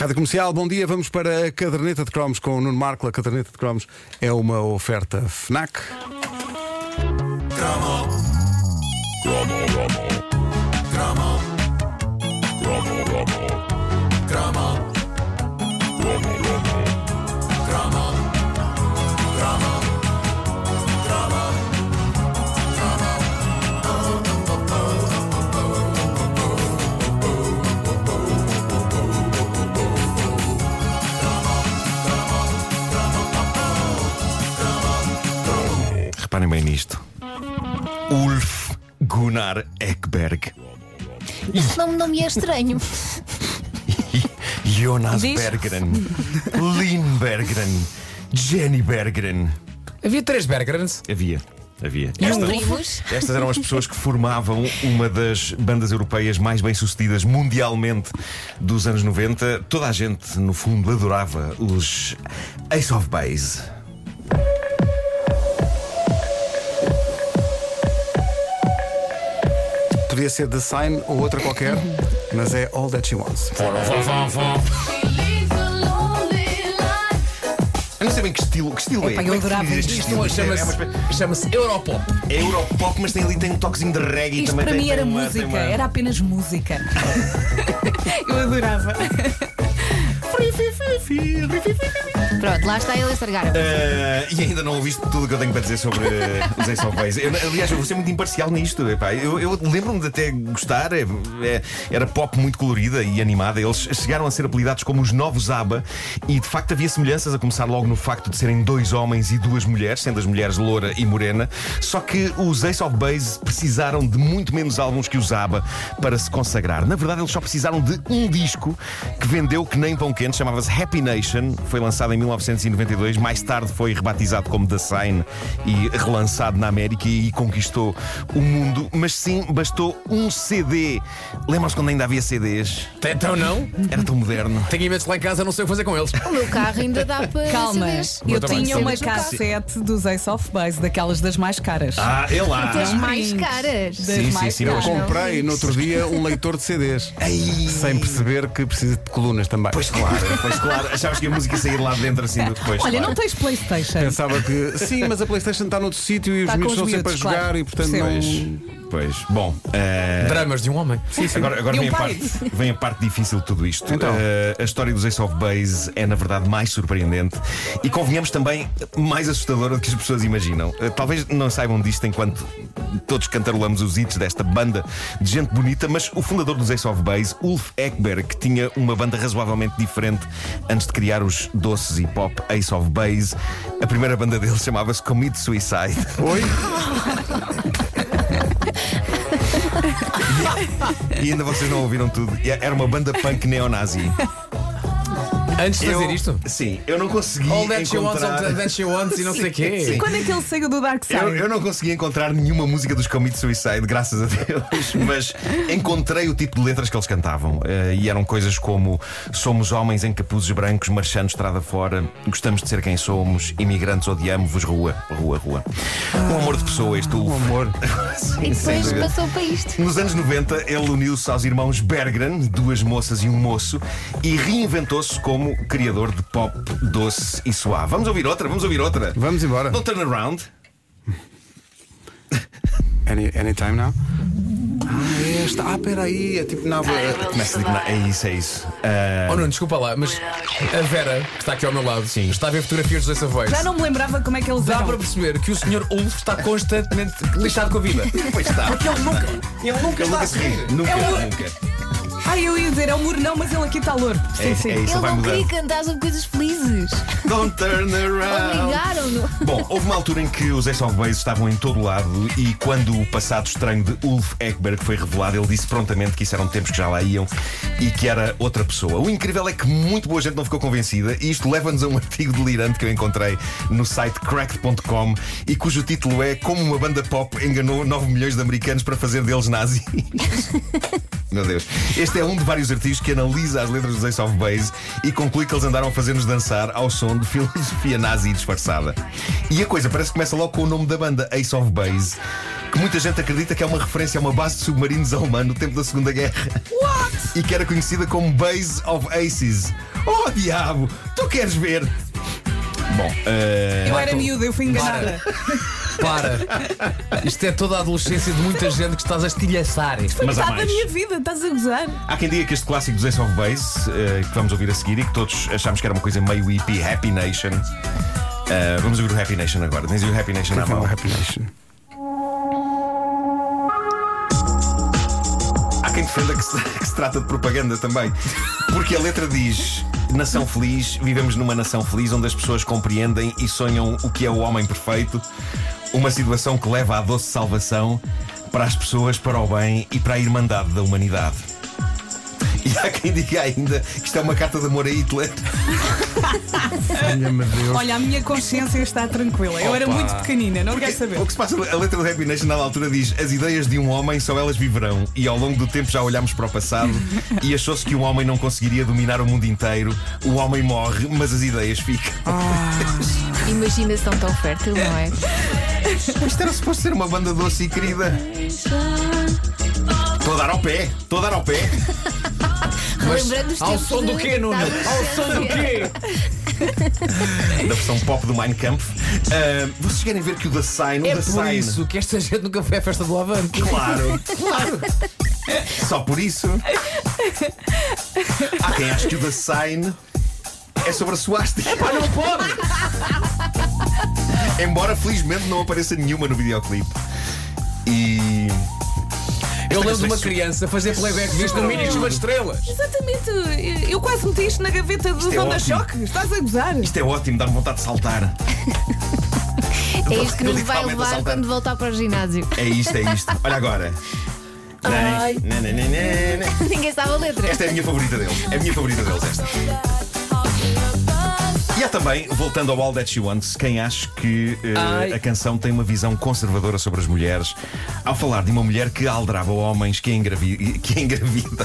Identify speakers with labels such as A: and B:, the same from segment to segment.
A: Rádio Comercial, bom dia. Vamos para a caderneta de cromos com o Nuno Marco. A caderneta de cromos é uma oferta Fnac.
B: Reparem bem nisto. Ulf Gunnar Ekberg
C: Esse nome não me é estranho.
B: e Jonas
D: Diz.
B: Berggren, Lin Berggren, Jenny Berggren.
E: Havia três Bergrans.
B: Havia, havia.
C: Os
B: Esta-
C: primos.
B: Estas eram as pessoas que formavam uma das bandas europeias mais bem-sucedidas mundialmente dos anos 90. Toda a gente, no fundo, adorava os Ace of Base.
A: Podia ser The Sign ou outra qualquer, mas é All That She Wants.
B: Eu não sei bem que estilo, que estilo é.
D: Epá, eu
B: Como é que
D: adorava
B: definir
D: isto.
B: este estilo?
E: Isto
B: É uma espécie-
E: chama-se chama Europop.
B: É Europop, mas tem ali tem um toquezinho de reggae
D: Isto
B: também.
D: para
B: tem-
D: mim era
B: tem uma- tem
D: música,
B: uma-
D: era apenas música. um Eu adorava.
C: Pronto, lá está ele a estragar.
B: Eh, e ainda não ouviste tudo o que eu tenho para dizer sobre eh, os Ace of Base. Eu, aliás, eu vou ser muito imparcial nisto. epá. Eu, eu lembro-me de até gostar, eh, eh, era pop muito colorida e animada. Eles chegaram a ser apelidados como os novos ABBA e de facto havia semelhanças, a começar logo no facto de serem dois homens e duas mulheres, sendo as mulheres loura e morena. Só que os Ace of Base precisaram de muito menos álbuns que os ABBA para se consagrar. Na verdade, eles só precisaram de um disco que vendeu que nem pão quente, chamava-se Happy Nation, foi lançado em 1992, mais tarde foi rebatizado como The Sign e relançado na América e conquistou o mundo, mas sim bastou um CD. Lembram-se quando ainda havia CDs?
E: Então não.
B: Era tão moderno.
E: Tenho imensos lá em casa, não sei o que fazer com eles.
C: O meu carro ainda dá para.
D: Calma,
C: CDs.
D: eu
E: trabalho,
D: tinha uma
C: Cenas no carro.
D: cassete dos Ace of Base, daquelas das mais caras.
B: Ah, é lá!
C: Das mais
D: Prints.
C: caras.
D: Das
B: Sim, sim,
D: mais
B: sim, eu
D: caras.
A: Comprei no outro dia um leitor de CDs.
B: Ei.
A: Sem perceber que precisa de colunas também.
B: Pois claro, pois claro. Achavas que a música saía de lá de dentro assim do depois.
D: Olha,
B: claro.
D: não tens Playstation.
A: Pensava que sim, mas a Playstation está noutro sítio e os
D: Está com
A: miúdos
D: os
A: estão sempre a
D: miúdos,
A: jogar
D: claro.
A: e portanto
D: Percebo.
A: não.
B: Pois, bom. eh,
E: Dramas de um homem.
B: Agora, agora
D: E um
B: vem, a
D: pai.
B: parte, vem a parte difícil de tudo isto.
A: Então.
B: Eh, a história dos Ace of Base é, na verdade, mais surpreendente e, convenhamos também, mais assustadora do que as pessoas imaginam. Eh, talvez não saibam disto enquanto todos cantarolamos os hits desta banda de gente bonita, mas o fundador dos Ace of Base, Ulf Ekberg, que tinha uma banda razoavelmente diferente antes de criar os doces e pop Ace of Base, a primeira banda dele chamava-se Commit Suicide.
A: Oi?
B: E ainda vocês não ouviram tudo. E Era uma banda punk neonazi.
E: Antes de fazer isto.
B: Sim, eu não consegui
E: All that she wants, all
B: encontrar.
E: that she wants e não sei o quê. um.
B: Sim.
D: Quando é que ele saiu do Dark Side?
B: Eu, eu não consegui encontrar nenhuma música dos Commit Suicide, graças a Deus, mas encontrei o tipo de letras que eles cantavam. Eh, e eram coisas como: somos homens em capuzes brancos, marchando estrada fora, gostamos de ser quem somos, imigrantes odiamo-vos, rua, rua, rua. Um amor de pessoa, este o amor.
C: E depois passou para isto.
B: Nos anos 90, ele uniu-se aos irmãos Berggren, duas moças e um moço, e reinventou-se como criador de pop doce e suave. Vamos ouvir outra, vamos ouvir outra.
A: Vamos embora.
B: Don't turn around.
A: Any, anytime now? Ah, é esta. Ah, peraí. É tipo. Não, é-
B: Começa a dizer, é isso, é isso.
E: Oh, não, desculpa lá, mas a Vera, que está aqui ao meu lado,
B: Sim.
E: está a ver fotografias dos Ace of Base.
D: Já não me lembrava como é que eles
E: Dá
D: eram.
E: para perceber que o senhor Ulf está constantemente lixado com a vida.
B: Pois está.
E: Porque ele nunca, ele nunca está a
B: Nunca se ri.
E: sorrir.
B: Nunca,
D: É o-
B: nunca.
D: Ai, eu ia dizer, é o muro não, mas ele aqui está louro. Sim,
B: É,
D: sim.
B: é isso,
C: Ele
B: vai
C: não queria
B: mudando.
C: cantar sobre coisas felizes.
B: Don't turn
C: Ah.
B: around.
C: Obrigaram-no.
B: Bom, houve uma altura em que os Ace of Base estavam em todo lado e quando o passado estranho de Ulf Ekberg foi revelado, ele disse prontamente que isso eram tempos que já lá iam e que era outra pessoa. O incrível é que muito boa gente não ficou convencida e isto leva-nos a um artigo delirante que eu encontrei no site cracked.com e cujo título é Como uma banda pop enganou 9 milhões de americanos para fazer deles nazis. Meu Deus. Este é um de vários artigos que analisa as letras dos Ace of Base e conclui que eles andaram a fazer-nos dançar ao som de filosofia nazi disfarçada. E a coisa parece que começa logo com o nome da banda, Ace of Base. que muita gente acredita que é uma referência a uma base de submarinos alemã no tempo da Segunda Guerra. What? E que era conhecida como Base of Aces. Oh diabo, tu queres ver? Bom, eh,
E: é
D: Eu era miúda, eu fui enganada.
E: Para! Isto é toda a adolescência de muita gente que estás a estilhaçar. é
B: mas há
D: Metade da
B: mais.
D: minha vida, estás a gozar.
B: Há quem diga que este clássico dos Ace of Base, eh, que vamos ouvir a seguir e que todos achámos que era uma coisa meio hippie, Happy Nation. Eh, vamos ouvir o Happy Nation agora. Tens aí o Happy Nation na
A: Não,
B: mão.
A: Happy Nation.
B: Há quem defenda que se, que se trata de propaganda também. Porque a letra diz: Nação feliz, vivemos numa nação feliz onde as pessoas compreendem e sonham o que é o homem perfeito. Uma situação que leva à doce salvação para as pessoas, para o bem e para a irmandade da humanidade. E há quem diga ainda que isto é uma carta de amor a Hitler.
A: Olha, meu Deus.
D: Olha, a minha consciência está tranquila. Eu era
E: Opa.
D: muito pequenina, não quero saber.
B: É, O que se passa, a letra do Happy Nation na altura diz: As ideias de um homem só elas viverão, e ao longo do tempo já olhámos para o passado e achou-se que um homem não conseguiria dominar o mundo inteiro. O homem morre, mas as ideias ficam.
E: Ah.
C: Imaginação tão fértil, não é?
B: Isto era suposto ser uma banda doce e querida. Estou a dar ao pé, estou a dar ao pé.
C: Lembrando-nos
E: Ao som do quê, Nuno? Ao som do quê?
B: Da versão pop do Mein Kampf. Ah, vocês querem ver que o da Sign, o
A: né?
B: da
E: É por
B: Sign.
E: isso que esta gente nunca foi à festa do Avante.
B: Claro, claro. Só por isso. Há quem acha que o da Sign é sobre a suástica.
E: Pá, não pode!
B: Embora felizmente não apareça nenhuma no videoclipe. E.
E: Eu lembro de uma criança fazer playback um disto no mínimo de uma estrela.
D: Exatamente. Eu- Eu quase meti isto na gaveta dos
B: Isto é
D: onda-choque. Estás a gozar.
B: Isto é ótimo, dá-me vontade de saltar.
C: É isto que
B: Eu
C: nos vai
B: literalmente a
C: levar
B: saltar.
C: quando voltar para o ginásio.
B: É isto, é isto. Olha agora.
D: Ai.
B: Na, na, na, na, na.
C: Ninguém sabe a letra.
B: Esta é a minha favorita deles. É a minha favorita deles, esta. E há também, voltando ao All That She Wants, quem acha que eh,
E: Ai.
B: a canção tem uma visão conservadora sobre as mulheres, ao falar de uma mulher que aldrava homens que é, engravi- que é engravida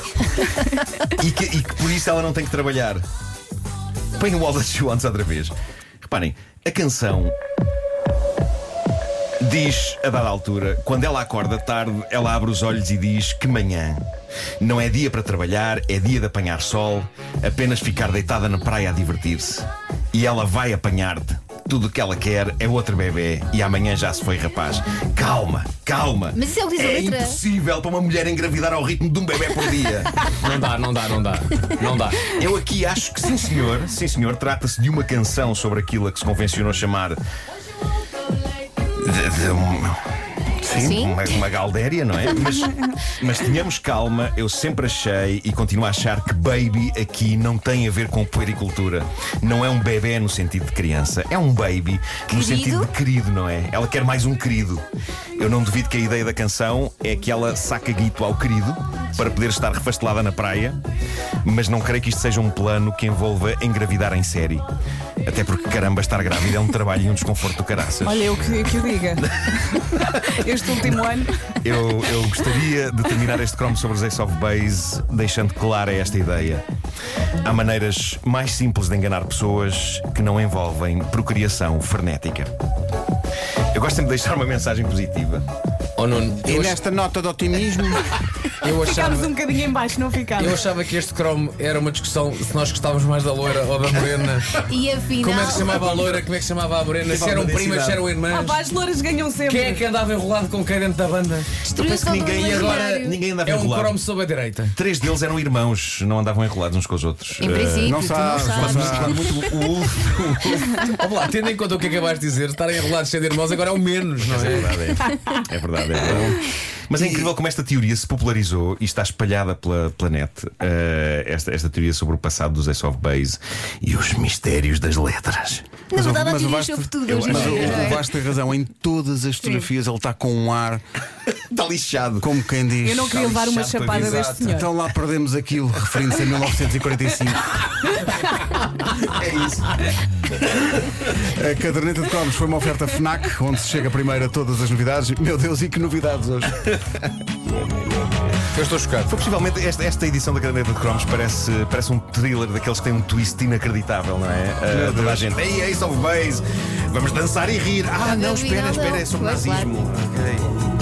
B: e, que, e que por isso ela não tem que trabalhar. Põe o All That She Wants outra vez. Reparem, a canção Diz, a dada altura, quando ela acorda tarde, ela abre os olhos e diz que manhã. Não é dia para trabalhar, é dia de apanhar sol, apenas ficar deitada na praia a divertir-se. E ela vai apanhar-te. Tudo o que ela quer é outro bebê e amanhã já se foi, rapaz. Calma, calma.
C: Mas isso é o que diz a
B: É
C: letra.
B: impossível para uma mulher engravidar ao ritmo de um bebê por dia.
E: Não dá, não dá, não dá. Não dá.
B: Eu aqui acho que sim, senhor. Sim, senhor. Trata-se de uma canção sobre aquilo a que se convencionou chamar. de- de um- Sim,
C: Sim.
B: Uma, uma galdéria, não é? Mas, mas tenhamos calma, eu sempre achei e continuo a achar que baby aqui não tem a ver com puericultura. Não é um bebê no sentido de criança, é um baby no
C: Querido?
B: sentido de querido, não é? Ela quer mais um querido. Eu não duvido que a ideia da canção é que ela saca guito ao querido para poder estar refastelada na praia, mas não creio que isto seja um plano que envolva engravidar em série. Até porque, caramba, estar grávida é um trabalho e um desconforto do caraças.
D: é- Olha, eu que, que eu diga. este último ano.
B: Eu, eu gostaria de terminar este cromo sobre os Ace of Base deixando clara esta ideia. Há maneiras mais simples de enganar pessoas que não envolvem procriação frenética. Eu gosto sempre de deixar uma mensagem positiva.
E: Oh, Nuno,
A: E
E: eu, ach-
A: nesta nota de otimismo,
E: eu achava.
D: Ficámos um bocadinho em baixo, não ficámos?
E: é. Eu achava que este cromo era uma discussão se nós gostávamos mais da loira ou da morena.
C: E afinal.
E: Como é que se chamava a loira, como é que se chamava a morena, se eram primas, se eram
D: Ah,
E: irmãs.
D: pá, as louras ganham sempre.
E: Quem é que andava enrolado com quem dentro da banda?
C: Destruiu
B: penso que
C: todo o
B: ninguém ia
C: imaginário.
E: agora-
B: Ninguém andava
E: É um
B: enrolado.
E: cromo sob a direita.
B: Três deles eram irmãos, não andavam enrolados uns com os outros.
C: Em princípio,
A: Eh, não
C: tu
A: sabes,
C: não
A: não
C: sabes.
A: sabes.
B: Eh, o Ulf.
E: Vamos lá, tendo em conta o que acabaste de dizer, estarem enrolados sem irmãos agora é o menos, não
B: É
E: é?
B: verdade, é. É verdade, é verdade. Mas é incrível como esta teoria se popularizou e está espalhada pela planeta. eh, esta, esta teoria sobre o passado dos Ace of Base e os mistérios das letras.
C: Na
A: Mas o-
C: verdade, há
A: mas o
C: teorias
A: Vasco-
C: sobre tudo.
B: eu-
C: hoje em
A: mas
B: Sim.
A: o,
C: dia, não é?
A: o Vasco tem razão. Em todas as fotografias ele está com um ar,
B: Está Tá lixado.
A: como quem diz.
D: Eu não queria levar uma
B: Chato,
D: chapada
B: exato.
D: deste senhor.
A: Então lá perdemos aquilo, referindo-se a 1945.
B: É isso.
A: A caderneta de cromos foi uma oferta FNAC, onde se chega primeiro a todas as novidades. Meu Deus, e que novidades hoje!
E: Eu estou chocado.
B: Foi possivelmente esta, esta edição da caderneta de cromos parece, parece um thriller daqueles que tem um twist inacreditável, não é? Uh, toda a gente. Ei, Ace of Base, vamos dançar e rir. Ah,
C: Não
B: não,
C: vi
B: espera,
C: nada.
B: espera, é sobre
C: Pois, claro.
B: nazismo. Ok.